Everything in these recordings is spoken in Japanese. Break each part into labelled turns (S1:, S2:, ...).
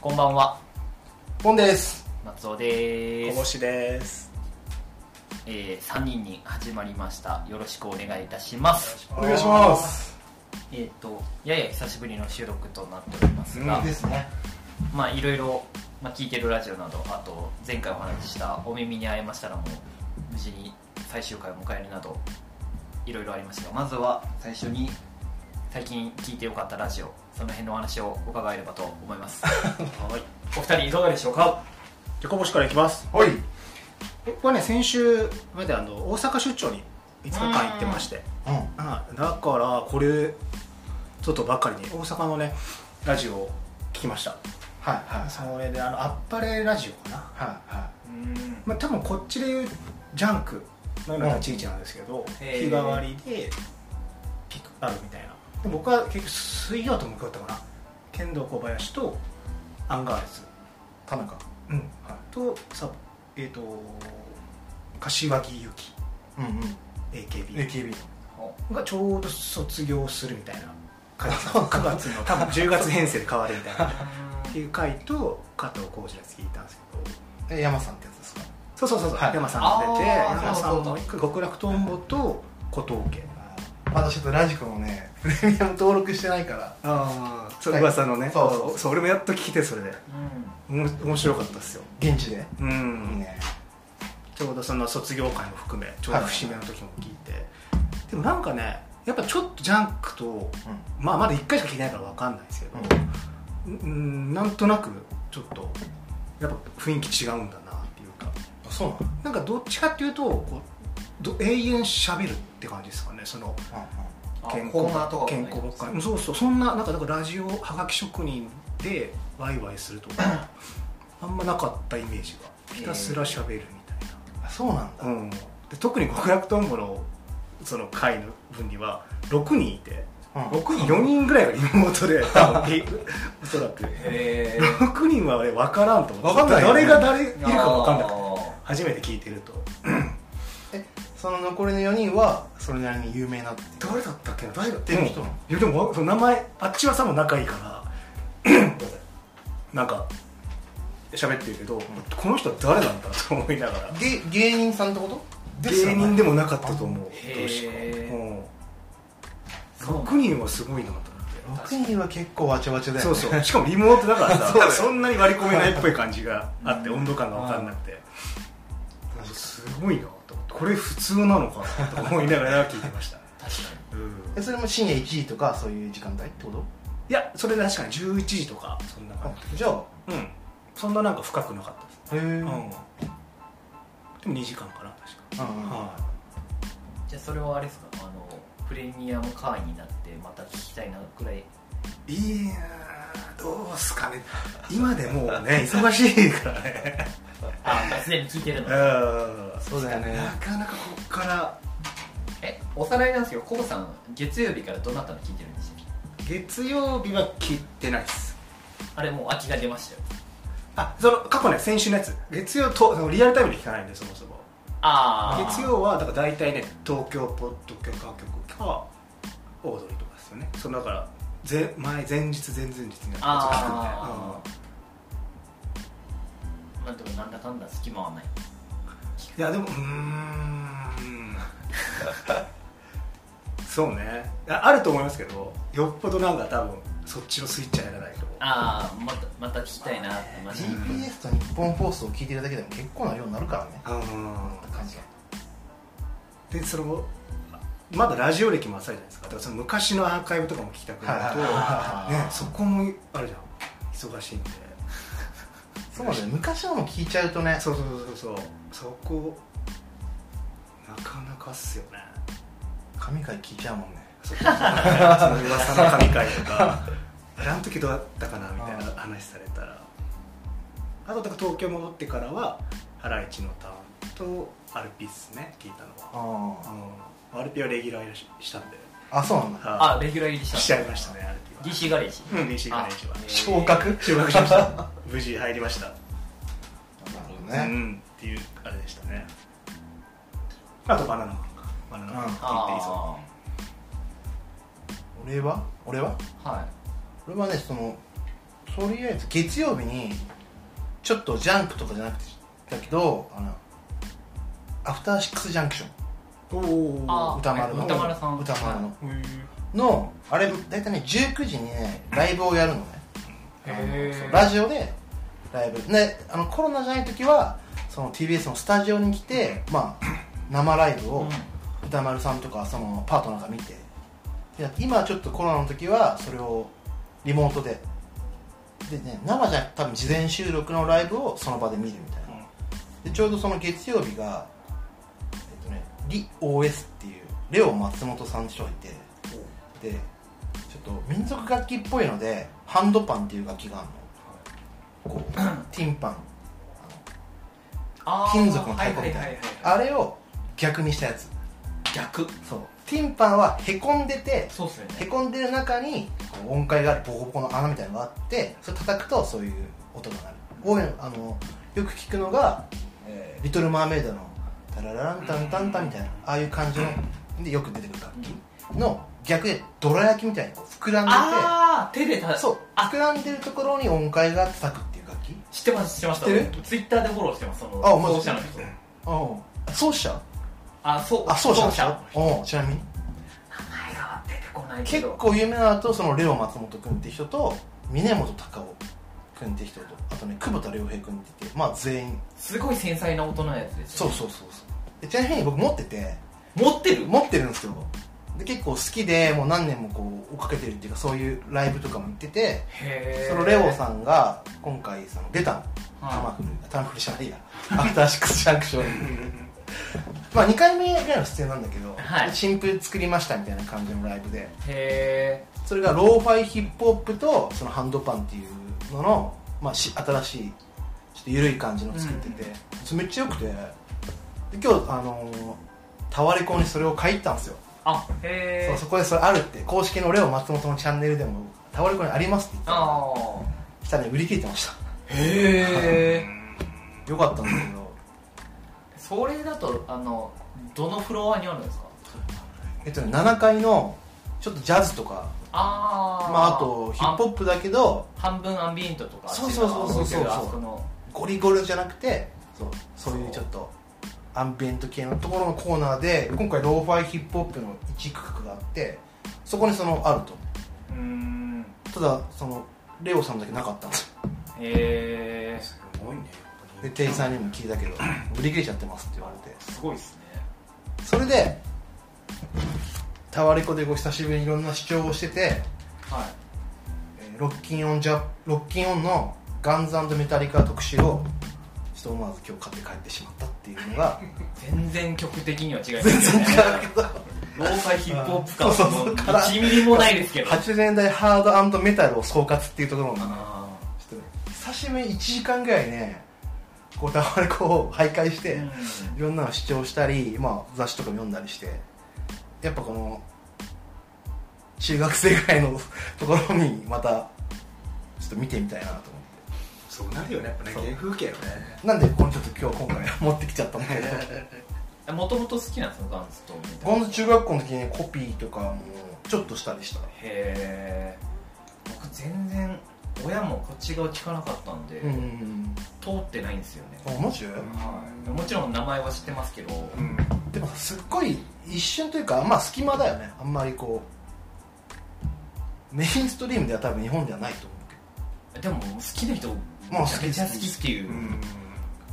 S1: こんばんは
S2: ポンです。
S1: 松尾で
S3: こぼ
S1: す、
S3: しです。
S1: えー、3人に始まりましたよろしくお願いいたします
S2: お願いします。
S1: えっ、とやや久しぶりの収録となっておりますが、
S2: ですね。
S1: まあいろいろ、まあ、聞いてるラジオなどあと前回お話しした「お耳に会えましたら」も無事に最終回を迎えるなどいろいろありましたがまずは最初に最近聞いてよかったラジオその辺のお話を伺えればと思いますはいお二人いかがでしょうか
S3: じゃあ、こぼしからいきます。
S2: はい。
S3: 僕はね、先週まであの大阪出張に5日間行ってまして。
S2: うん。
S3: あだから、これ、ちょっとばっかりに大阪のね、ラジオを聞きました。
S2: はいはい。
S3: それで、あの、あっぱれラジオかな。
S2: はいは
S1: うん
S3: まあ、多分こっちで言うジャンクのような立ち位置なんですけど、日
S1: へー
S3: 替わりでピクあるみたいなで僕は結局水曜と向かったかな剣道小林とアンガールズ、
S2: い。田中。
S3: うんとさえっ、と柏木由紀
S2: うんうん。
S3: AKB
S2: AKB
S3: がちょうど卒業するみたいな回です9月の多分10月編成で変わるみたいな っていう回と加藤浩次のやつ聞いたんですけど
S2: え山さんってやつですか。
S3: そうそうそうそう、
S2: はい
S3: 山さんが出て
S1: あー
S3: 山さん
S1: そう
S3: も
S1: そう
S3: 極楽とんぼと小峠
S2: まだちょっとラジコのね プレミアム登録してないから。
S3: ああそう
S2: はい
S3: 噂のね
S2: そうそうそう
S3: そう俺もやっと聞いてそれでおも面白かったですよ
S2: 現地で。
S3: う
S2: い
S3: ん
S2: いね。
S3: ちょうどその卒業会も含めちょうど節目の時も聞いて、でもなんかねやっぱちょっとジャンクと
S2: う
S3: まあまだ1回しか聞いてないから分かんないですけど、うん、うんなんとなくちょっとやっぱ雰囲気違うんだなっていうか
S2: ん。そうなの。
S3: なんかどっちかっていうとこうど永遠しゃべるって感じですかねその健康健康ばっかりそうそうそんななんかだからラジオはがき職人でワイワイすると かあんまなかったイメージがひたすら喋るみたい
S2: あそうなんだ。
S3: な、うん、で特に極楽とんぼのその会の分には6人いて
S2: うん。
S3: 6人4人ぐらいがリモート で多分いおそらく
S1: へ
S3: 6人は俺分からんと思って
S2: 分かんないよ
S3: 誰
S2: ね
S3: が誰いる
S1: え
S3: か分かんなくて初めて聞いてると
S2: その残りの四人はそれなりに有名なっていう。
S3: 誰だったっけな誰だっ
S2: っていう人なの
S3: いやでもその名前あっちはさも仲いいからなんか喋ってるけど、この人は誰なんだと思いながら
S2: 芸芸人さんってこと？
S3: 芸人でもなかったと思う
S1: へー
S3: 確か、うん、6人はすごいなと思っ
S2: 六人は結構わちゃわちゃ
S3: て
S2: だよ
S3: そう
S2: ね。
S3: そうしかもリモートだからさ
S2: そうだよ
S3: そんなに割り込めないっぽい感じがあって温度感が分かんなくて
S2: うん
S3: すごいなと思ってこれ普通なのかなと思いながら聞いてました、うん
S2: えそれも深夜1時とかそういう時間帯ってこと
S3: いやそれ確かに11時とかそんな感
S2: じゃあ
S3: じうんそんななんか深くなかったです、
S2: へえうん
S3: う、
S2: うんん
S3: でも2時間かな確か、は
S1: じゃあそれはあれですかあのプレミアム会員になってまた聞きたいなくらい
S3: いいやーどうすかね今でもう ね忙しいからね
S1: あすでに聞いてるの
S3: うん
S2: そうだよね
S3: なかなかこっから
S1: えおさらいなんですけどココさん月曜日からどなたの聞いてるんでしたっけ
S3: 月曜日は切ってないっす
S1: あれもう秋が出ましたよ
S3: あその過去ね先週のやつ月曜とそのリアルタイムで聞かないんでそもそも
S1: ああ
S3: 月曜はだから大体ね東京ポッド許可局かオードリーとかですよねそのだから前前前日前々日にやつを聞くみたいな
S1: あーなんでもなんだかんだ隙間はない
S3: うんいやでもうーんそうねああると思いますけどよっぽどなんか多分そっちのスイッチはやらないと
S1: ああまたまた聞きたいなってマジで
S2: GPS と日本放送を聞いてるだけでも結構な量になるからね
S3: うん
S2: 感じが
S3: でそのまだラジオ歴も浅いじゃないですかだからその昔のアーカイブとかも聞きたくなると、
S2: はい
S3: ね、そこもあるじゃん忙しいんで
S2: そうだよね昔のも聞いちゃうとね
S3: そうそうそうそうそこなかなかっすよね
S2: 神回聞いちゃうもんね
S3: そその噂の神回とかあれあの時どうだったかなみたいな
S2: あ
S3: 話されたらあとだから東京戻ってからはハライチのターンとアルピっすね聞いたのは
S2: あ
S3: うんアルピはレギュラーしたんで
S2: ああそうなんだ
S3: は
S1: あレギュラー入りし
S3: い
S1: た
S3: しちゃいましたねアルピは
S1: DC ガレージ
S3: うん DC ガレージは
S1: あ
S2: 昇格
S3: 昇格しました無事入りました
S2: なるほ
S3: う
S2: どね
S3: んっていうあれでしたねあとバナナマンかバナナマン
S2: うん
S3: 聞いていいそう
S1: あ
S2: 俺は俺は
S1: あはい
S2: 俺はねそのとりあえず月曜日にちょっとジャンクとかじゃなくてだけどあのアフターシックスジャンクショ
S3: おお
S2: ン
S1: あ
S2: 歌丸の
S1: 歌丸さん
S2: 歌丸の
S3: へ
S2: のあれ大体ね19時にねライブをやるのねあの
S1: へー
S2: そうラジオでライブであのコロナじゃない時はその TBS のスタジオに来て、まあ、生ライブを歌丸さんとかそのパートナーが見てで今ちょっとコロナの時はそれをリモートででね生じゃなくて多分事前収録のライブをその場で見るみたいなでちょうどその月曜日がえっとねリ OS っていうレオ松本さんって人がいてでちょっと民族楽器っぽいのでハンドパンっていう楽器があるのこうティンパン
S1: あー
S2: 金属の太鼓みたい
S1: は
S2: な
S1: ははは
S2: あれを逆にしたやつ
S1: 逆
S2: そうティンパンはへこんでて
S1: そうっすよね
S2: へこんでる中にこう音階があるボコボコの穴みたいなのがあってそれ叩くとそういう音が鳴る多いあのよく聞くのが「えーリトル・マーメイド」の「タララランタンタンタン」みたいなああいう感じのでよく出てくる楽器の逆でどら焼きみたいにこう膨らんで
S1: ああ手でた
S2: てそう
S1: あ
S2: 膨らんでるところに音階が叩くっていう楽器
S1: 知ってます知ってました
S2: 知って
S1: ツイッターでフォローしてますその
S2: あマジ
S1: 奏者の人
S2: うん奏者
S1: あそう
S2: あ奏者
S1: 奏者
S2: うんちなみに
S1: 前が出てこないけ
S2: 結
S1: ど
S2: 構有名なのだとそのレオ松本君って人と峰本隆夫君って人とあとね久保田良平君って言ってまあ全員
S1: すごい繊細な音のやつです
S2: そうそうそうそうでちなみに僕持ってて
S1: 持ってる
S2: 持ってるんですよで結構好きでもう何年もこう追っかけてるっていうかそういうライブとかも行ってて
S1: へえ
S2: そのレオさんが今回その出たのタマ
S1: は
S2: フルタマフルじゃないやアフターシックスジャンクションに まあ2回目ぐらいの出演なんだけど、
S1: はい
S2: 新風作りましたみたいな感じのライブで
S1: いへ
S2: それがローファイヒップホップとそのハンドパンっていうのの、まあ、し新しいちょっと緩い感じの作ってて、それめっちゃ良くてで今日あのータワレコにそれを買いに行ったんですよ、
S1: えあへ
S2: そ
S1: え
S2: うそこでそれあるって公式のレオ松本のチャンネルでもタワレコにありますって言ったら
S1: あ
S2: したらね売り切れてました
S1: あへえ
S2: よかったんだけど
S1: それだとあのどのフロアにあるんですか
S2: えっとね7階のちょっとジャズとか
S1: ああ
S2: まあ、あとヒップホップだけど
S1: 半分アンビエントとか
S2: そうそうそうそうそう
S1: あそこの
S2: ゴリゴリじゃなくてそうそういうちょっとアンビエント系のところのコーナーで今回ローファイヒップホップの一区画があってそこにそのある
S1: うーん
S2: とただそのレオさんだけなかったんです
S1: へえ
S3: すごいね
S2: で店員さんにも聞いたけど売り切れちゃってますって言われて
S1: すごいですね
S2: それでタワレコでご久しぶりにいろんな主張をしてて
S1: はい
S2: えーロッキンオンジャロッキンオンのガンズメタリカ特集をちょっと思わず今日買って帰ってしまったっていうのが
S1: 全然曲的には違いますよねローカルヒップホップ感
S2: そうそうそう
S1: は1ミリもないですけど
S2: 80年代ハードメタルを総括っていうところの
S1: あ
S2: ちょっとね久しぶりに1時間ぐらいねこう黙りこを徘徊して、
S1: ーうん
S2: いろんなの視聴したり、まあ、雑誌とかも読んだりしてやっぱこの中学生ぐらいのところにまたちょっと見てみたいなと思っ
S3: そうなるよねやっぱね
S2: そう
S3: 原風景よね
S2: てなんでこれちょっと今日今回持ってきちゃったんだけど
S1: えもともと好きなんですかガンズとみたい
S2: ゴ
S1: な
S2: ンズ中学校の時にコピーとかもちょっとしたりした
S1: へえ僕全然親もこっち側聞かなかったんで、
S2: ん
S1: 通ってないんですよね
S2: あ、マジ
S1: はいもちろん名前は知ってますけど、
S3: うん
S2: でもさすっごい一瞬というかまあ隙間だよねあんまりこうメインストリームでは多分日本ではないと思うけ
S1: でも好きな人め
S2: まあ
S1: ちゃめちゃ好きっていう、
S3: う
S1: うん
S3: ん
S2: ど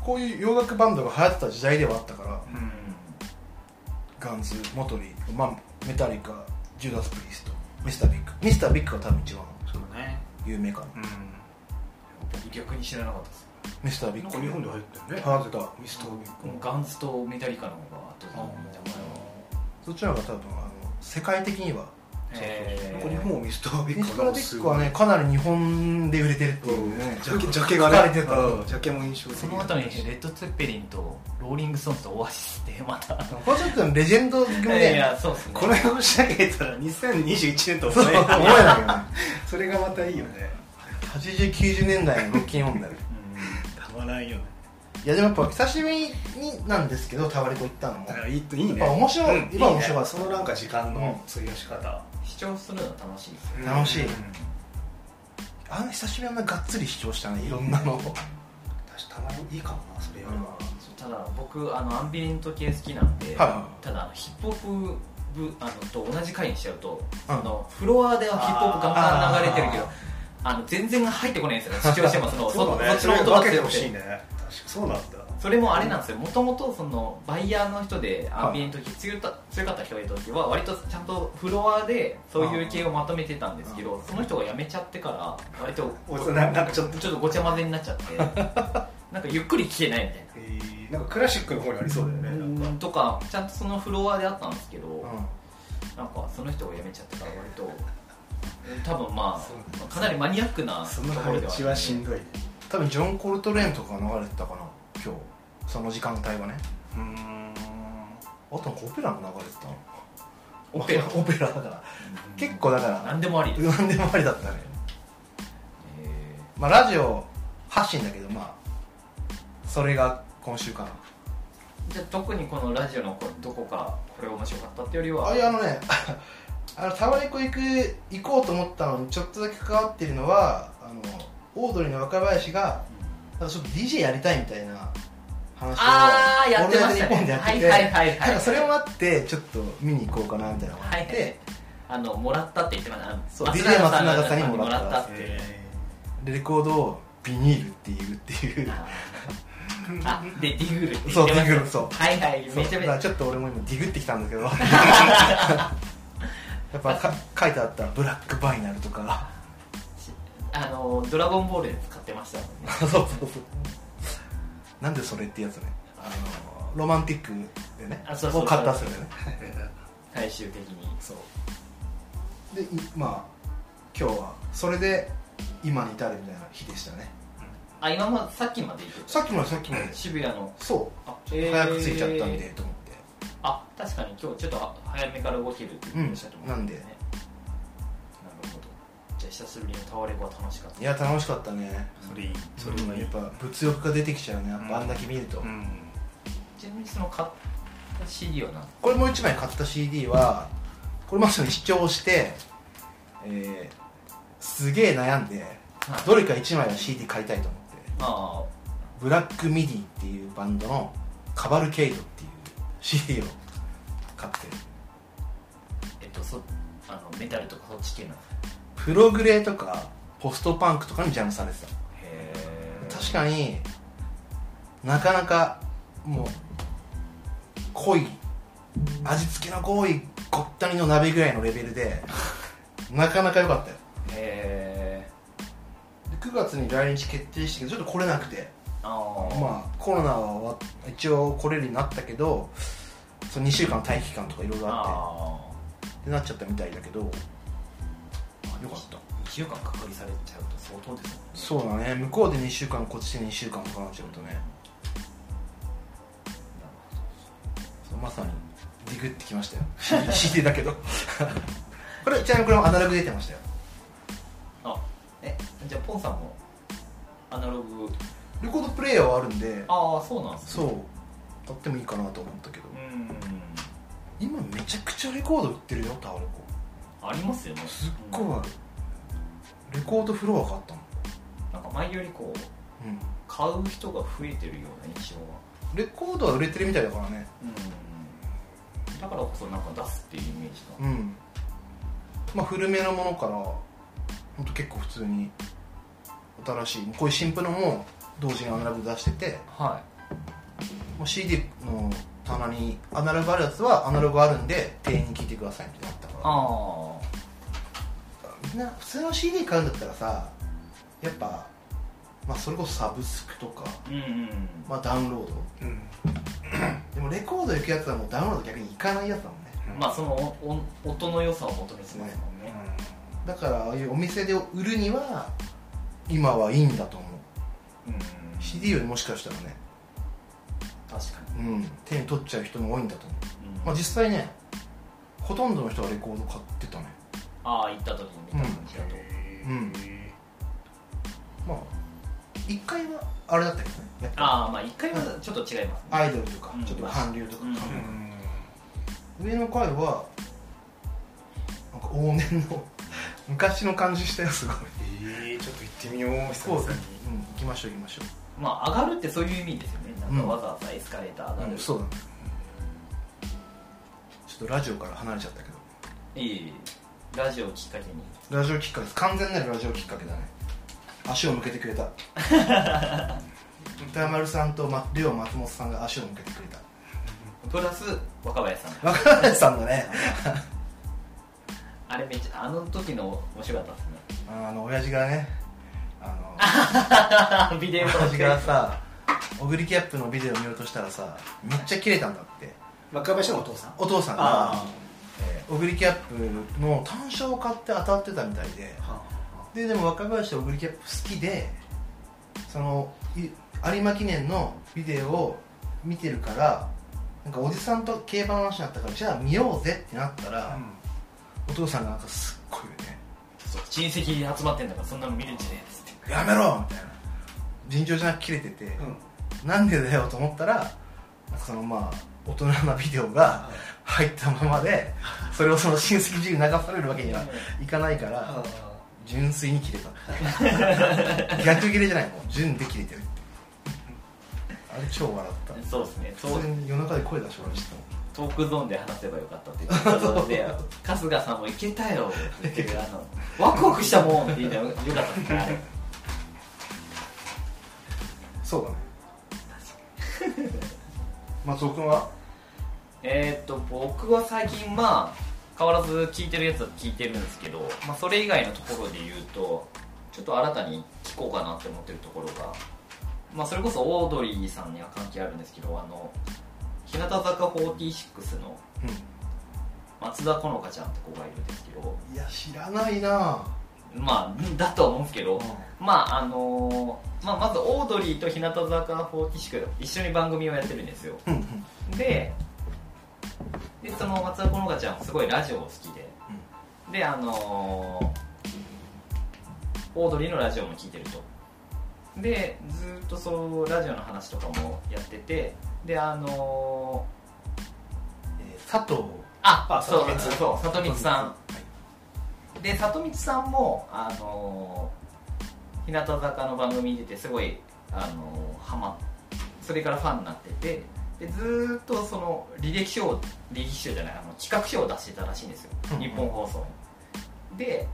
S2: こういう洋楽バンドが流行ってた時代ではあったからガンズモトリー、まあ、メタリカジューダス・プリストミスター・ビッグミスター・ビッグが多分一番
S3: そうね
S2: 有名かな
S3: うん
S1: 僕逆に知らなかったです
S2: ミスター・ビ
S3: な
S2: ッ
S3: ん
S2: グ
S3: か日本で入ったよね
S2: 流行ってた
S3: ミスタービッグ
S1: このガンズとメタリカの方が後で見た前は
S2: そっちの方が多分あの世界的には
S1: へ
S3: なん
S1: ー
S3: か日本はミスタービッグ
S2: ミスター・ビッグは
S3: ね
S2: ねかなり日本で売れてるっていうね
S3: ジャケジャケが
S2: 書か
S3: ね
S2: れてた
S3: うんジャケも印象的
S1: その後にレッド・ツェッペリンとローリング・ストーンズとオアシスってまた
S2: これちょっとレジェンド組
S1: い
S2: で、
S1: やい やそうですね
S3: この辺を仕上げたら2021年と
S2: そう
S3: 思
S2: 思
S3: えな
S2: えない
S3: い
S2: よね
S3: それがまたいいよね
S2: 80、90年代のロッキンオンだよ
S1: う
S3: たまらんよね
S2: いやでもやっぱ久しぶりになんですけどタワレコ行ったのも
S3: だからいいといいね
S2: やっぱ面白い
S3: うん
S2: 今面白かった
S3: ねそのなんか時間
S2: うん
S3: の費やし方
S1: ん、主張するのは楽しいですよ
S2: 楽しい
S3: うん
S2: あの久しぶりにあんながっつり視聴したねいろんなの
S3: 私たまにいいかもなそれやれば、
S1: ただ僕あのアンビエント系好きなんで、
S2: は
S1: ただあのヒップホップ部あのと同じ回にしちゃうと、
S2: うん
S1: あのフロアではヒップホップガンガン流れてるけど
S3: あ
S1: あの全然入ってこないんですよね視聴してもその
S3: そうだね
S1: そ
S3: そ
S1: の
S3: れ
S1: そっちの音
S3: 分
S1: が
S3: けて
S1: 強
S3: ほ
S1: く
S3: しい
S1: て
S3: ね確かそうなんだ
S1: それもあれなんですよもともとそのバイヤーの人でアンビエント系強か強かった人がいた時は割とちゃんとフロアでそういう系をまとめてたんですけどその人が辞めちゃってから割と
S3: おそうななんかちょっと
S1: ちょっとごちゃ混ぜになっちゃって なんかゆっくり聞けないみたいな。
S3: えーなんかクラシックの方にありそうだよねなんか
S1: とかちゃんとそのフロアであったんですけど、
S2: うん
S1: なんかその人が辞めちゃったから割と多分まあかなりマニアックなと
S3: そ
S1: ころ
S3: の
S1: ではあるんで
S3: 配置はしんどいね
S2: 多分ジョン・コルトレーンとかが流れてたかな今日その時間帯はね
S3: うーん
S2: あとなんかオペラも流れてた
S1: オペラ
S2: オペラだから結構だから
S1: 何でもありです、
S2: 何でもありだったね
S1: え
S2: まあラジオ発信だけどまあそれが今週か
S1: ーじゃあ特にこのラジオのこどこかこれ面白かったってより
S2: な
S1: は
S2: あいやあのね あのタワレコ行く行こうと思ったのにちょっとだけ関わってるのはあのオードリーの若林がなんかちょっと DJ やりたいみたいな話を
S1: ああやってました
S2: オールナイトニッポンで
S1: ね
S2: やって
S1: はい
S2: て、
S1: はいはい
S2: なん
S1: は
S2: か
S1: い
S2: それもあってちょっと見に行こうかなみたいなのがあって、
S1: はいあのもらったって言ってましたあの
S2: そう
S1: 松
S2: DJ
S1: 永
S2: 松永さんに
S1: に
S2: も
S1: も
S2: ら
S1: ら
S2: っ
S1: ったたって
S2: でレコードをビニールっていうっていう
S1: あーあでディグルって言って
S2: そう
S1: ま
S2: デ
S1: した
S2: ィグルそう
S1: はいはい
S2: そう
S1: めちゃめち
S2: だから
S1: ゃ
S2: ちょっと俺も今ディグってきたん だけどやっぱか書いてあったブラックバイナルとか
S1: あのドラゴンボールで使ってましたもんね
S2: そうそうそう なんでそれってやつねあのロマンティックでね
S1: あそうそうそう
S2: をカッターするんだよね
S1: 最終的に
S2: そうでいまあ今日はそれで今に至るみたいな日でしたね
S1: あ今まさっきまで言って
S2: さっきまでさっきまで
S1: た渋谷の
S2: そ
S1: あ
S2: う早く着いちゃったんで、と思って
S1: あ確かに今日ちょっと早めから動けるって言ってましたと思う
S2: うん
S1: ねなるほどじゃあ久しぶりにタワレコは楽しかった
S2: いや楽しかったね
S3: それいいそ
S2: そ
S3: れ
S2: れ
S3: は
S2: はい
S3: い
S2: やっぱ物欲が出てきちゃうねやっぱあんだけ見ると、
S3: うん
S1: ちなみにその買った CD は何
S2: これもう一枚買った CD はこれまさに視聴して、えーすげえ悩んで
S1: はい
S2: どれか一枚の CD 買いたいと思って
S1: あ
S2: ブラックミディっていうバンドのカバルケイドっていう CD を買って
S1: あえっとそあのメタルとかそっち系のへ
S2: プログレとかポストパンクとかにジャムされてた
S1: え
S2: 確かになかなかもう濃い味付けの濃いごったにの鍋ぐらいのレベルでなかなか良かったよ
S1: へえ
S2: で9月に来日決定してちょっと来れなくて
S1: ああ
S2: まあコロナは終わっ一応来れるようになったけどその2週間待機期間とかいろいろあ
S1: あ
S2: ってってなっちゃったみたいだけどよ
S1: あ
S2: かった
S1: 2週間隔離されちゃうと相当ですもんね
S2: そうだね向こうで2週間こっちで2週間とかなっちゃうとねそうまさにディグってきましたよ CD だけど これちなみにこれもアナログ出てましたよ
S1: あえじゃあポンさんもアナログ
S2: レコードプレイヤーはあるんで
S1: ああそうなんです
S2: そう買ってもいいかなと思ったけど
S1: うん
S2: 今めちゃくちゃレコード売ってるよタワレコ
S1: ありますよね
S2: すっごいあるレコードフロアがあったの
S1: うんなんか前よりこう
S2: うん
S1: 買う人が増えてるような印象は
S2: レコードは売れてるみたいだからね
S1: うんだからこそなんか出すっていうイメージが
S2: うんまあ古めのものからほんと結構普通に新しいこういう新婦のも同時にアナログ出してて
S1: は
S2: もう CD の棚にアナログあるやつはアナログあるんで店員に聞いてくださいみたいなのあったから
S1: あ
S2: みんな普通の CD 買うんだったらさやっぱ、まあ、それこそサブスクとか、
S1: あうんうん
S2: まあ、ダウンロード
S3: うん
S2: でもレコード行くやつはもうダウンロード逆に行かないやつだもんね
S1: まあそのおお音の良さを求めてますもんね
S2: だからああいうお店で売るには今はいいんだと思う
S1: うん
S2: CD よりもしかしたらね、
S1: 確かに
S2: うん、手に取っちゃう人も多いんだと思
S1: うん
S2: う、まあ、実際ねほとんどの人がレコード買ってたね
S1: ああ行った時に見た感じだと
S2: うんまあ1回はあれだったけどねやっぱ
S1: ああまあ一回はちょっと違いますね
S2: アイドルとか、
S1: うん
S2: ちょっと韓流とか、
S1: うん
S2: 上の階はなんか往年の 昔の感じしたよすごい
S3: えー、ちょっと行ってみよう久
S2: そう
S3: 々
S2: で
S3: に
S2: すねうん行きましょう行きましょ
S1: まあ上がるってそういう意味ですよねなんか
S2: うん
S1: わざわざエスカレーター上が
S2: う、
S1: る、
S2: うん、そうだねちょっとラジオから離れちゃったけど
S1: いいいいラジオをきっかけに
S2: ラジオきっかけです完全なるラジオきっかけだね足を向けてくれた歌丸さんとまリオ松本さんが足を向けてくれた
S1: プラス若林さん
S2: 若林さんだね
S1: あれめっちゃあの時の面白かったですね
S2: あの親父がねあの
S1: あ ビデオ
S2: 親父がさオグリキャップのビデオ見ようとしたらさめっちゃキレたんだって
S3: 若林のお父さん
S2: お父さんが
S3: あ
S2: えーオグリキャップの単勝を買って当たってたみたいで
S3: は
S2: ででも若林はオグリキャップ好きでそのい有馬記念のビデオを見てるからなんかおじさんと競馬の話になったからじゃあ見ようぜってなった
S3: あ
S2: ら、お父さんがなんかすっごいね
S1: そう親戚集まってんだからそんなの見るんじゃねえっつって
S2: 「やめろ!」みたいな尋常じゃなく切れてて、なんでだよと思ったらなんかそのまあ大人なビデオが入ったままでそれをその親戚中に流されるわけにはいかないから、純粋に切れた っていう逆切れじゃないもう純で切れてるってあれ超笑った
S1: そうですねト
S2: 当
S1: ー
S2: 然夜中で声出して笑っち
S1: トークゾーンで話せばよかったって いうことで春日さんも「いけたよ」って言ってるあ の「ワクワクしたもん」って言いながらよかったですねあれ
S2: ゃったそうだね松尾君は
S1: えーっと僕は最近まあ変わらず聞いてるやつは聞いてるんですけど、まあ、それ以外のところで言うとちょっと新たに聞こうかなって思ってるところが、まあ、それこそオードリーさんには関係あるんですけどあの日向坂46の
S2: う
S1: 松田好花ちゃんって子がいるんですけど
S2: んいや知らないな
S1: まあだとは思うんですけどまああのーまあ、まずオードリーと日向坂46一緒に番組をやってるんですよ
S2: うんうん
S1: ででその松田好花ちゃんもすごいラジオを好きで、であのーオードリーのラジオも聞いてるとでずーっとそうラジオの話とかもやっててであのー
S2: えー佐藤
S1: あ
S3: あ
S1: そう
S3: 里光
S1: そう里光さん
S2: はい
S1: で里光さんもあのー日向坂の番組に出てすごいあのーハマそれからファンになっててでずーっとその履歴書を履歴書じゃないあの企画書を出してたらしいんですよ、
S2: うんうん
S1: 日本放送にで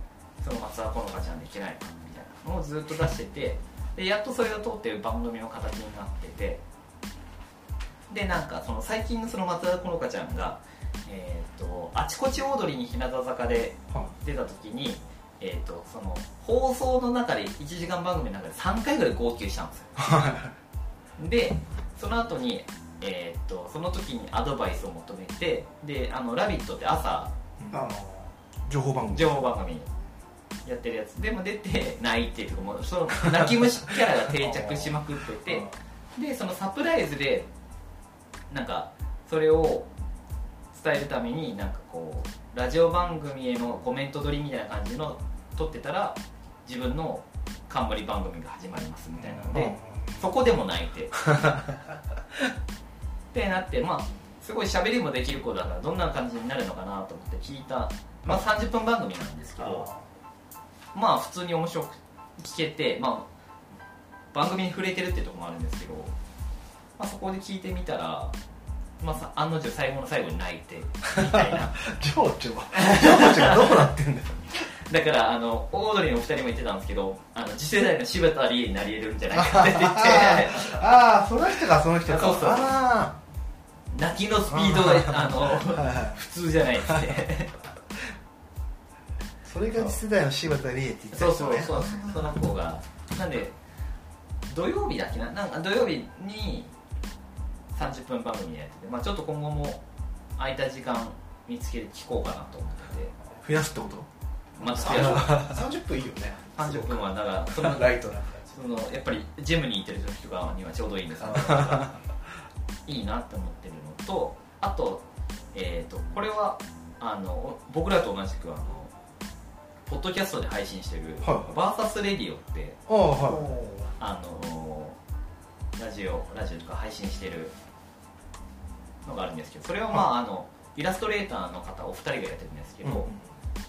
S1: その松田好花ちゃんできないかみたいなのをずっと出しててでやっとそれが通ってる番組の形になっててでなんかその最近のその松田好花ちゃんが、えー、とあちこちオードリーに日向坂で
S2: は
S1: 出た時に、えー、とその放送の中で1時間番組の中で3回ぐらい号泣したんですよでその後にえー、とその時にアドバイスを求めてで「あのラビット!」って朝
S2: い
S3: あ
S2: 情報番組
S1: 情報番組やってるやつでも出て泣いてるとかもうその泣き虫キャラが定着しまくっててでそのサプライズでなんかそれを伝えるためになんかこうラジオ番組へのコメント撮りみたいな感じの撮ってたら自分の冠番組が始まりますみたいなの
S2: うん
S1: でそこで も泣いてってなってまあすごい喋りもできる子だからどんな感じになるのかなと思って聞いた、まあ、30分番組なんですけどまあ普通に面白く聞けて、まあ、番組に触れてるってとこもあるんですけど、まあ、そこで聞いてみたら、まあさ、案の定最後の最後に泣いてみたいな
S2: 情緒情緒がどうなって んだよ
S1: だからあのオードリーのお二人も言ってたんですけどあの次世代の柴田理恵になり得るんじゃないかって言って
S2: ああその人がその人か
S1: そうそう
S2: あ
S1: 泣きのスピードがあ
S2: あはい
S1: の
S2: はい
S1: 普通じゃないっつって。
S2: それが次世代の柴田理恵って言ってた
S1: そう
S2: 人
S1: そう
S2: ね
S1: そうその子がなんで土曜日だっけななんか土曜日に30分番組やってて、まあ、ちょっと今後も空いた時間見つけて聞こうかなと思ってて
S2: 増やすってこと
S1: まあちょっとやろう
S3: 三十分いいよね
S1: 30分はだからその
S3: ライトな感
S1: そのやっぱりジムに行ってる時とかにはちょうどいいんです よいいなって思ってるのとあと,、えー、とこれはあの僕らと同じくあのポッドキャストで配信してる
S2: はいは
S1: 「
S2: い
S1: バーサスレディオ」って
S2: ああ
S3: じ
S2: は
S3: お
S1: あのーラジオラジオとか配信してるのがあるんですけどそれはまああのイラストレーターの方お二人がやってるんですけど、
S2: い、うん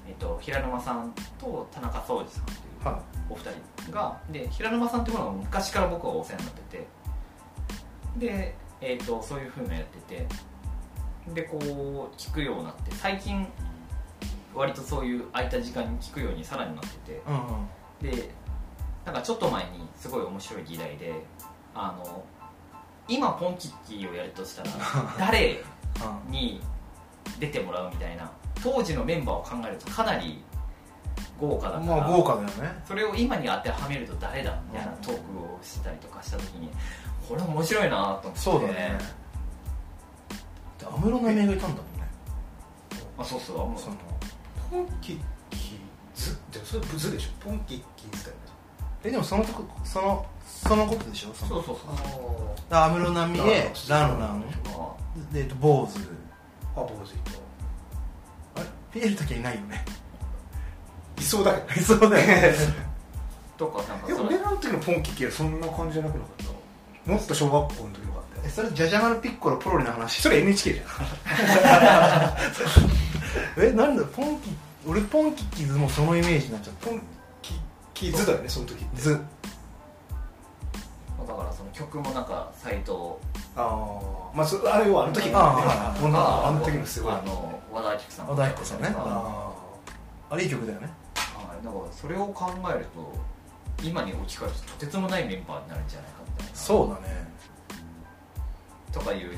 S1: えっと平沼さんと田中壮二さんという
S2: は
S1: お二人がで平沼さんってものが昔から僕はお世話になっててで、えー、とそういうふうなやっててでこう聞くようになって最近割とそういう空いた時間に聞くようにさらになってて
S2: いうんうん
S1: でなんかちょっと前にすごい面白い議題であの今ポンキッキーをやると したら誰に出てもらうみたいな当時のメンバーを考えるとかなり豪華だから、
S2: まあ豪華だよね
S1: それを今に当てはめると誰だみたいな
S2: うん
S1: トークをしたりとかした時にこれ面白いなと思って
S2: そうだねで安室奈美恵がいたんだもんね
S1: あそうそうあもう
S2: その
S3: ポンキッキーズでもそれブズでしょポンキッキーズだよね
S2: えでもそのとこそのそのことでしょそ
S1: そ
S2: の
S1: うそうそう
S3: あ
S2: 安室奈美恵ランラン
S1: ま
S2: でえっと坊主
S3: あ坊主いと
S2: あれピエール時はいないよね
S3: いそうだけど
S2: そうだよね
S1: あとかなんか
S3: え
S1: そ
S3: 俺
S1: れ
S3: らの時のポンキッキーはそんな感じじゃなくなかったもっと小学校の時よかった
S2: え
S3: よ
S2: それジャジャマルピッコロポロリの話
S3: それ NHK じゃん
S2: えなんだポンキ俺ポンキッキーズもそのイメージになっちゃった
S3: ポンキッキーズだよねその時って
S2: ズ
S1: だからその曲もなんか斎藤
S3: ああまあそあれはあの時の
S2: あ
S3: ねあの時の
S1: も
S3: すごい
S1: あの和田アキ子さん
S2: 和田アキ子さんね
S1: はい
S3: あ
S2: あれいい曲だよね
S1: だからそれを考えると今に置き換えるととてつもないメンバーになるんじゃないかみたいな
S2: そうだね
S1: とかいう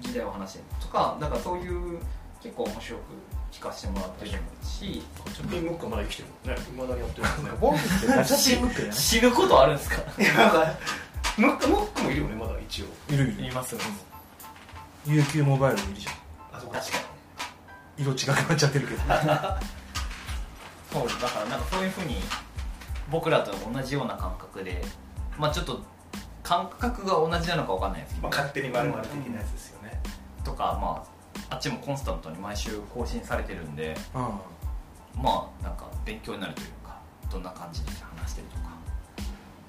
S1: 議題を話してるとかなんかそういう結構面白く聞かせてもらってるし
S3: あチョッピングムックはまだ生きてるもんねいまだにやってる もんね
S2: ボンキってガチャチームってね
S1: 死ぬことあるんですか
S3: いやなんかムックムックもいるよねまだ一応
S2: いるいる
S1: ますよ
S2: 有給モバイルもいるじゃん
S3: あそ
S1: 確
S3: こ
S1: かに
S2: 色違くなっちゃってるけど
S1: そうだからなんかそういうふうに僕らと同じような感覚でまあちょっと感覚が同じなのかわかんないですけ
S3: ま
S1: ど、
S3: あ、勝手に丸々的なやつですよね、
S1: とかまああっちもコンスタントに毎週更新されてるんで
S2: うん
S1: まあなんか勉強になるというかどんな感じで話してるとか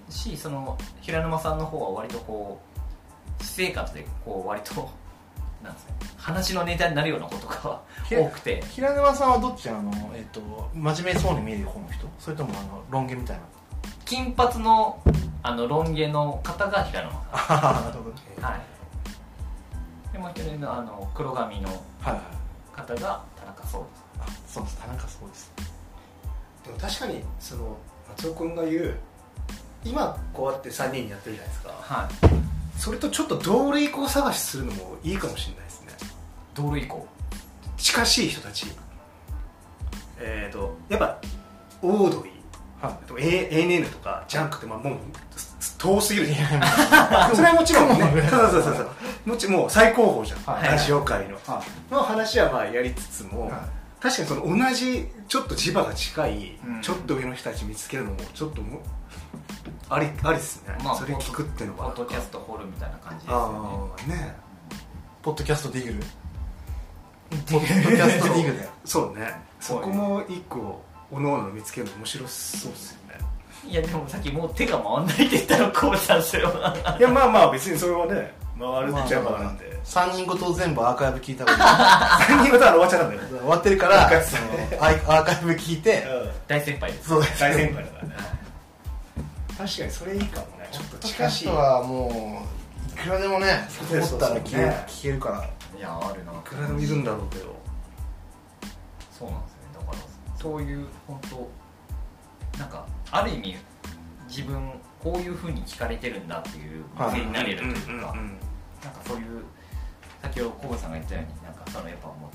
S1: しその平沼さんの方は割とこう私生活でこう割と なんですかね話のネタになるようなことが多くて
S2: 平沼さんはどっちあの、えっと真面目そうに見える方の人それともあのロン毛みたいな
S1: 金髪のあのロン毛の方が平沼さ
S2: ああなるほどはい
S1: んはいでもう一人のあの黒髪の
S2: はい
S1: 方が田中壮です
S2: あそうです田中そうです
S3: でも確かにその松尾君が言う今こうやって3人やってるじゃないですか
S1: はい
S3: それとちょっと同類校探しするのもいいかもしれないですね
S1: 道路以降
S3: 近しい人たちえっ、ー、とやっぱオードリーあ
S2: は
S3: と A- ANN とかジャンクってまあもうす遠すぎる
S2: い
S3: じ
S2: い
S3: ゃん
S2: や ま
S3: それはもちろんね
S2: 雲の上
S3: そうそうそうそうもちもう最高峰じゃん、
S2: はい
S3: ラジオ界の、
S2: は
S3: の話はまあやりつつ
S2: あ
S3: も、
S2: は
S3: 確かにその同じちょっと磁場が近い、
S1: うん
S3: ちょっと上の人たち見つけるのもちょっともうありありっすね、
S1: まあ
S3: それ聞くっていうの
S1: ポ
S3: が
S1: ッドキャストホールみたいな感じですよ
S3: ああね
S1: ね
S2: いポッドキャストディグルポッドキャストディグルだよ
S3: そうねそこも一個おのおの見つけるの面白そうですよね
S1: いやでもさっきもう手が回んないって言ったらこうしたんですよ
S3: いやまあまあ別にそれはね回るっちゃ回なんで
S2: 3人ごと全部アーカイブ聞いたこと
S3: 3人ごとは終わっちゃった んだよ
S2: ない終わってるから
S3: 復活
S2: そのアイアーカイブ聞いて
S1: 大先輩です
S2: そうです
S3: 大先輩だからね確かにそれいいかもねちょっと
S2: ポッドキャ
S3: 近し
S2: ス
S3: い
S2: トはもういくらでもね思ったら聞け,、
S3: そうね
S2: 聞けるから
S1: いやあるない
S3: くらでもいるんだろうけど
S1: そうなんですよねだからそういう本当なんかある意味自分こういうふうに聞かれてるんだっていう
S2: はい
S1: 癖になれるという
S3: うんうん
S1: か、なんかそういう先ほどコブさんが言ったようになんかそのやっぱも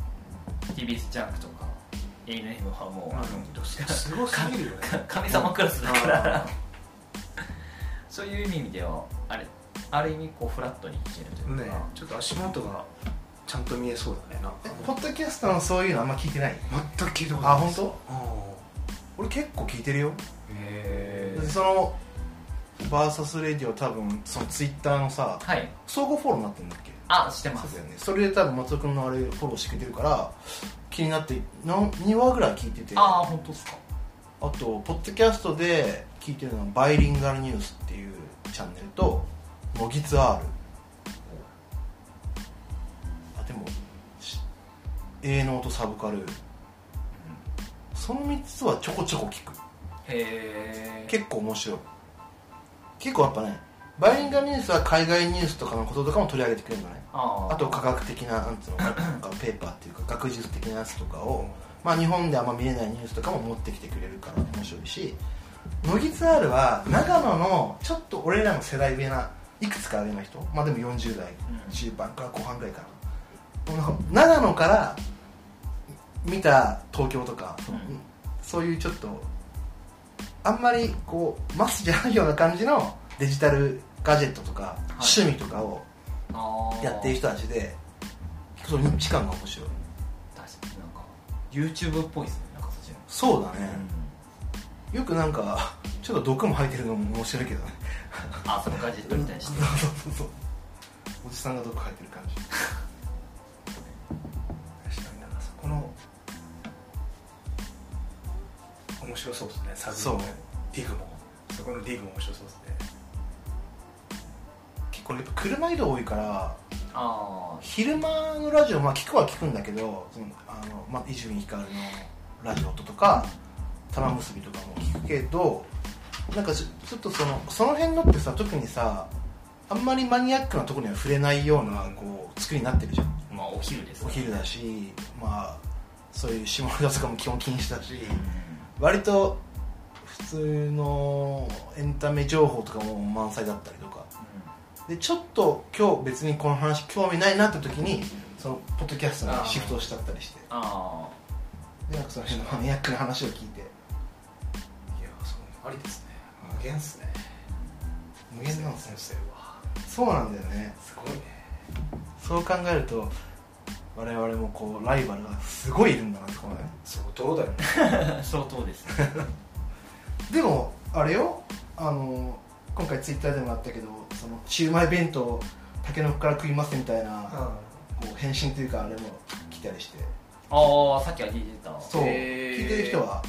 S1: う TBS ジャンクとか ANM はもう、あの
S3: すごすぎるよね
S1: か神様クラスだからそういう意味ではあれある意味こうフラットに聞けるというか、
S3: ねちょっと足元がちゃんと見えそうだねなん
S2: え
S3: か
S2: ポッドキャストのそういうのあんま聞いてない
S3: 全く聞いたことない
S2: あ本当？
S3: 当
S2: 俺結構聞いてるよ
S3: へ
S2: でそのバーサスレディオ多分そのツイッターのさ
S1: はい
S2: 相互フォローになってるんだっけ
S1: あしてま
S2: そう
S1: す
S2: だよねそれで多分松尾君のあれフォローしてくれてるから気になって何2話ぐらい聞いてて
S1: ああ本当ですか
S2: あとポッドキャストで聞いてるのはバイリンガルニュースっていうチャンネルとノギツ R あでもし芸能とサブカルその3つはちょこちょこ聞く
S1: へえ
S2: 結構面白い結構やっぱねバイリンガルニュースは海外ニュースとかのこととかも取り上げてくれるのね
S1: あー
S2: あと科学的ななんつうのなんかペーパーっていうか学術的なやつとかを、まあ、日本であんま見えないニュースとかも持ってきてくれるから面白いし乃木ツアールは長野のちょっと俺らの世代上ないくつか上の人まあでも40代
S1: うん
S2: 中盤から後半ぐらいかなこの長野から見た東京とか、
S1: うん
S2: そういうちょっとあんまりこうマスじゃないような感じのデジタルガジェットとか、
S1: はい
S2: 趣味とかを
S1: あー
S2: やってる人たちでその認知感が面白い
S1: 確かになんか YouTube っぽいですねなんかそっちの
S2: そうだね、よくなんかちょっと毒も入ってるのも面白いけどね
S1: あそのガジェットに対して
S2: そうそうそうおじさんが毒入ってる感じ
S4: 確かになんかそこの面白そうですねサブもねディグもそこのディグも面白そうですね
S2: 結構やっぱ車移動多いから
S1: あ
S2: 昼間のラジオまあ聞くは聞くんだけどそのあのまあ伊集院光のラジオとか玉結びとかも聞くけどなんかちょちょっとそのその辺のってさ特にさあんまりマニアックなところには触れないようなこう作りになってるじゃん
S1: あまあお昼です
S2: お
S1: ね
S2: 昼だしまあそういう下ネタとかも基本禁止だし
S1: うん
S2: 割と普通のエンタメ情報とかも満載だったりとかでちょっと今日別にこの話興味ないなって時にそのポッドキャストにシフトしちゃったりして
S1: あ
S2: でなんかその辺のマニアックな話を聞いて
S4: いやそうありですね無限っすね
S2: 無限なんです
S4: 先
S2: ね
S4: 生は
S2: そうなんだよね
S4: すごいね
S2: そう考えると我々もこうライバルがすごいいるんだなってこのね
S4: 相当だよね
S1: あ相当ですね
S2: でもあれよあの今回ツイッターでもあったけどそのシウマイ弁当タケノコから食いますみたいなこう返信というかあれも来たりして
S1: ああさっきは聞いてた
S2: そう
S1: へー
S2: 聞いてる人は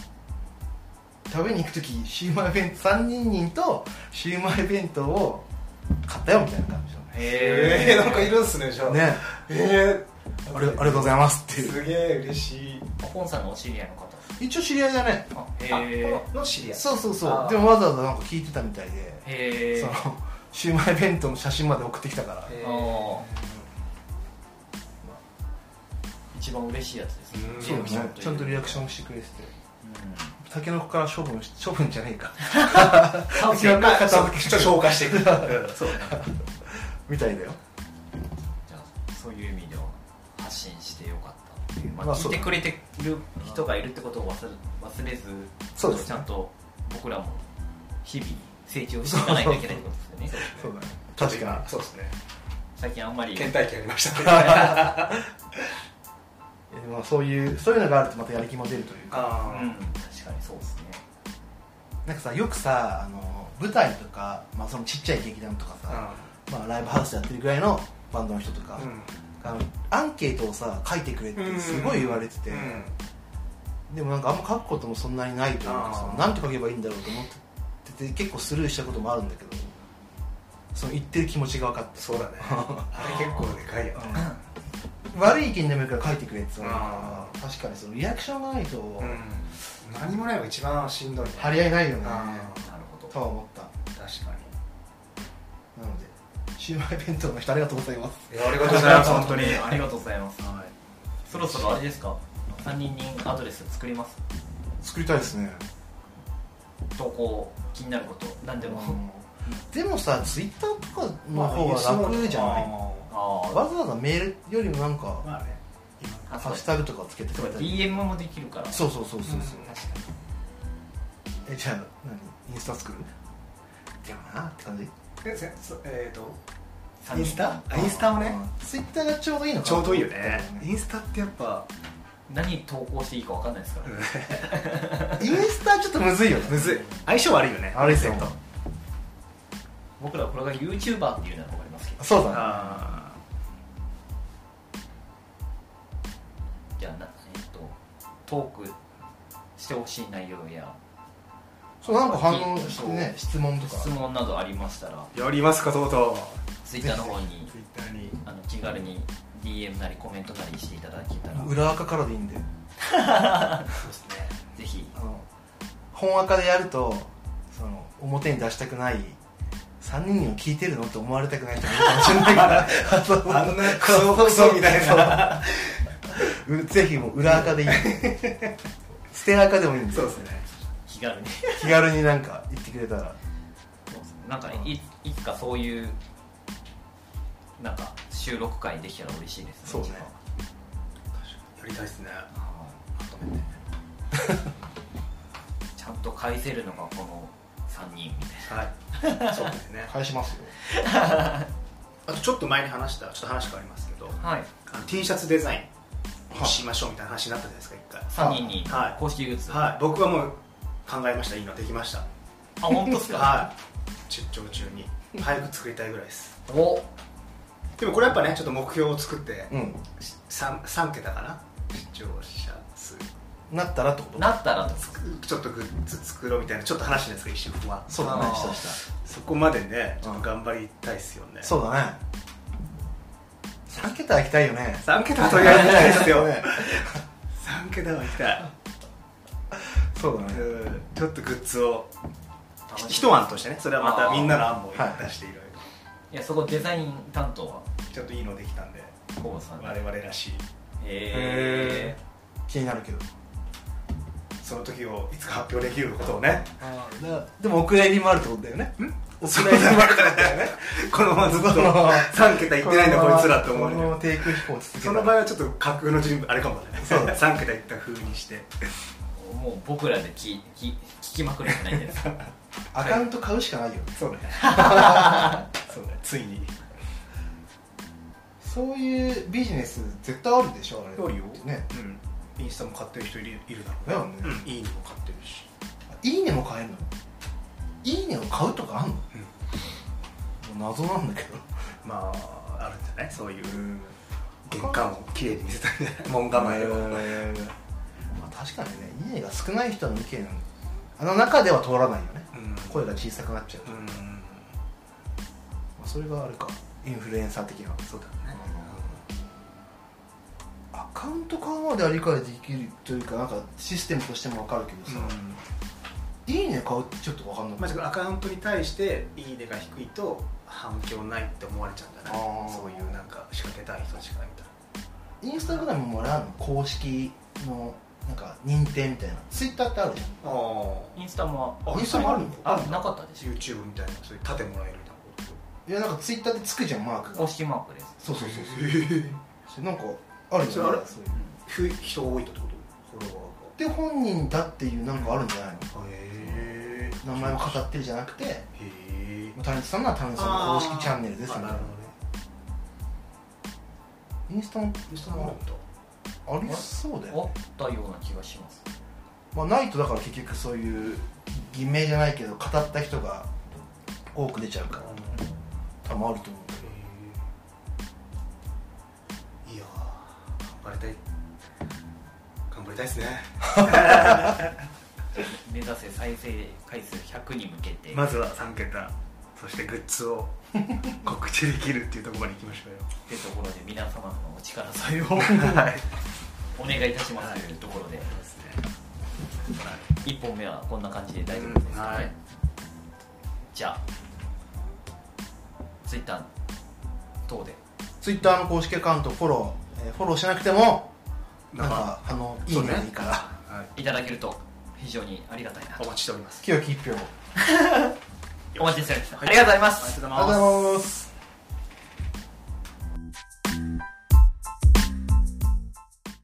S2: 食べに行く時シウマイ弁当3人人とシウマイ弁当を買ったよみたいな感じだ
S1: へ
S4: え
S1: え
S4: ー、なんかいるんすねじゃあ
S2: ねね
S4: え
S2: あ
S4: ー、
S2: れありがとうございますっていう
S4: すげえ嬉しい
S1: 本さんのお知り合いの方
S2: 一応知り合いだね
S1: あ
S4: あ
S1: へえ
S4: この知り合い
S2: そうそうそ
S4: あ
S2: う
S4: ー
S2: でもわざわざなんか聞いてたみたいで、
S1: へえ
S2: そのシウマイ弁当の写真まで送ってきたから
S4: え
S1: あ一番嬉しいやつですね
S4: うん
S2: そう
S1: リアクションい
S2: ね
S1: う
S2: ちゃんとリアクションしてくれてて
S1: うん
S2: タケノコから処分し処分じゃねえか
S1: 多分
S2: タケノコから片
S4: そう
S2: 付け
S4: ちょっと消化していくそう
S2: みたいだよ
S1: じゃあそういう意味では発信してよかったっていう、ま
S2: まあ
S1: あ、聞いてくれてる人がいるってことを忘れ忘れず
S2: そうですね
S1: ちゃんと僕らも日々成長していかないといけないってことですよね
S2: そうだね確か
S4: そうですね
S1: 最近あんまり
S4: 倦怠期ありました ね
S2: えでもそういうそういうのがあるとまたやる気も出るというか
S1: うん
S4: あ
S1: 確かにそうですね
S2: なんかさよくさあの舞台とか、まあ、そのちっちゃい劇団とか
S4: あ
S2: さ、まあ、ライブハウスやってるぐらいのバンドの人とか、あのアンケートをさ書いてくれってすごい言われてて、でもなんかあんま書くこともそんなにないというか
S4: あ
S2: さ
S4: ー
S2: なんて書けばいいんだろうと思ってて結構スルーしたこともあるんだけどその言ってる気持ちが分かって
S4: そうだねあれ結構でかいよね
S2: 悪い意見でもいいから書いてくれって言われた
S4: あ
S2: から確かにそのリアクションがないと
S4: うん何もないのが一番しんどいね
S2: 張り合いないよね、
S4: あ
S1: なるほ
S2: と
S1: ど
S2: は思った
S4: ー確か
S2: なのでシウマイ弁当の人ありがとうございます
S4: にいやありがとうございます本当に
S1: ありがとうございます、そろそろあれですか3人人アドレス作ります
S2: 作りたいですね
S1: 投稿気になること何でも、
S2: でもさツイッターとかの方が楽じゃない、
S1: あー
S2: わざわざメールよりもなんか、
S4: まあね
S1: あ
S2: ハ
S1: そう
S2: ッシュタグとかつけて
S1: そ
S2: く
S1: う
S2: れ
S1: か
S2: たり
S1: DM もできるから
S2: そうそうそうそうそう、
S1: 確かに
S2: えじゃあ何インスタ作るでもなって感じ
S4: えせそえーと
S1: 三人
S4: インスタあインスタをね
S2: ツイッターがちょうどいいのかな
S4: ちょうどいいよねインスタってやっぱ
S1: 何投稿していいか分かんないですから、
S2: インスタちょっとむずいよね
S4: む ずい相性悪いよね
S2: あれですよ
S4: インスタと
S1: 僕らこれが YouTuber っていうなら分かりますけど
S2: そうだね
S4: あ
S1: じゃあなえっとトークしてほしい内容や
S2: そうなんか反応してね質問とか
S1: 質問などありましたら
S4: ーやりますかとうと
S1: Twitter の方に
S4: うツイッターに
S1: あの気軽に DM なりコメントなりしていただけたら
S2: 裏垢からでいいんで
S1: そうですねぜひひ
S2: あの本赤でやるとその表に出したくない3人にも聞いてるのって思われたくない人もいるかもしれないからあ の
S3: あんなクソクソみたいな
S2: う ぜひもう裏垢でいい捨て垢でもいいんで
S3: そうですね
S1: 気軽に
S2: 気軽になんか言ってくれたら
S1: そうですねなんかいいつかそういうなんか収録会できたら嬉しいですね
S2: そうね
S1: 一番
S3: やりたいですね
S1: は
S3: まとめて
S1: い ちゃんと返せるのがこの3人みたいな
S3: はいそうですね
S2: 返しますよ
S3: あとちょっと前に話したちょっと話変わりますけど
S1: はい
S3: あの T シャツデザイン
S2: はい
S3: しましょうみたいな話になったじゃないですか一
S1: 3人に
S3: はい
S1: 公式グッズ、
S3: 回はい僕はもう考えましたいいのできました
S1: あ本当ですか、
S3: はい出張中に早く作りたいぐらいです
S1: お
S3: でもこれやっぱねちょっと目標を作って
S2: うん
S3: 三三桁かな出張者数
S2: なったらってこと
S1: なったらと
S3: つくちょっとグッズ作ろうみたいなちょっと話してないですか一瞬は
S2: そうだね
S1: あー
S2: したし
S3: そこまでねちょっ
S2: うん
S3: と頑張りたいですよね
S2: たそうだね3桁は行きたいよね
S3: 3桁はとりあえず行きたいですよ
S2: ね
S3: 3桁は行きたい
S2: そうだね
S3: うんちょっとグッズを
S1: 楽しみ
S3: 一案としてねそれはま
S1: あ
S3: た
S1: ー
S3: みんなの案も
S2: はい
S3: 出していろいろ
S1: いやそこデザイン担当は
S3: ちょっといいのできたんで
S1: コボさんで
S3: 我々らしい
S1: へえ
S2: 気になるけど
S3: その時をいつか発表できることをね
S2: だからでもお蔵入りもあるってことだよね
S3: お蔵入りもあるからだよねこのままずっと
S2: このまま
S3: 3桁いってないんだこいつらって思わ
S2: このま
S3: れ
S2: ま
S3: る
S2: 低空飛行を続け
S3: その場合はちょっと架空の人物あれかもね
S2: そうだ
S3: 3桁いった風にして
S1: もう僕らで聞聞聞きまくるじゃない ですか
S2: アカウント買うしかないよね
S3: そうねそうねついに
S2: そういうビジネス絶対あるでしょあれね
S3: うん、インスタも買ってる人いるいるだ
S2: だ
S3: ろ
S2: よ
S3: う
S2: ね
S3: ね、うん、いいにも買ってるし
S2: いいねも買えるのいいねを買うとかあんの、もう謎なんだけど
S3: まああるんじゃないそういう玄関をきれいに見せたみたいな門構えを、
S2: えーまあ、確かにねいいねが少ない人の意見あの中では通らないよね
S3: うん
S2: 声が小さくなっちゃうと、
S3: う
S2: ま
S3: ん
S2: あ、それがあれかインフルエンサー的な
S3: そうだね
S2: アカウント買うまでは理解できるというかなんかシステムとしても分かるけどさ、いいね買うってちょっと分かんない、
S3: まあ、アカウントに対して「いいね」が低いと反響ないって思われちゃうんじゃ
S2: あ
S3: ない
S2: ー
S3: そういうなんか仕掛けたい人しかいみたい
S2: インスタグラムもあれあるの公式のなんか認定みたいなツイッターってあるじゃ
S3: なあ
S1: インスタも
S2: んインスタもあるの
S1: あなかったでし
S3: YouTube みたいなそういう盾もらえるみたいなこと
S2: いやなんかツイッターでつくじゃんマーク
S1: ょ
S2: が
S1: 公式マークです
S2: そうそうそうそうなんかあるよね
S3: それあれ
S2: そういう
S3: ふ人多いってことフォロ
S2: で本人だっていうなんかあるんじゃない
S3: ワーがへ
S2: の名前を語ってるじゃなくて
S3: えへえ
S2: タレントさんならタレントさんの公式チャンネルですみたいなインスタも
S3: インスタもあるんだ
S2: ありそうだ
S1: あ
S2: よ、ね
S1: ったような気がします
S2: まあ、ないとだから結局そういう偽名じゃないけど語った人が多く出ちゃうから多分あると思う
S3: へえいやー頑張りたい頑張りたいですね
S1: 目指せ再生回数100に向けて、
S3: まずは3桁そしてグッズ を告知できるっていうところまで行きましょうよ
S1: ってところで皆様のお力添えをお願いいたしますというところで
S3: そうですねはい
S1: 1本目はこんな感じで大丈夫ですかね、
S3: うんはい
S1: じゃあツイッター等で
S2: ツイッターの公式アカウントフォロー、えーフォローしなくても
S3: な
S2: なん
S3: ん
S2: か
S3: か、
S2: あのいい
S3: そう
S2: ね
S3: ね
S2: いいから
S3: はい、
S1: いただけると非常にありがたいな
S3: お
S1: と
S3: 待ちしております
S2: 清き一票
S1: お待ちしております、
S3: はい
S1: ありがとうございます、
S3: ありがとうござい
S2: ありがとうございます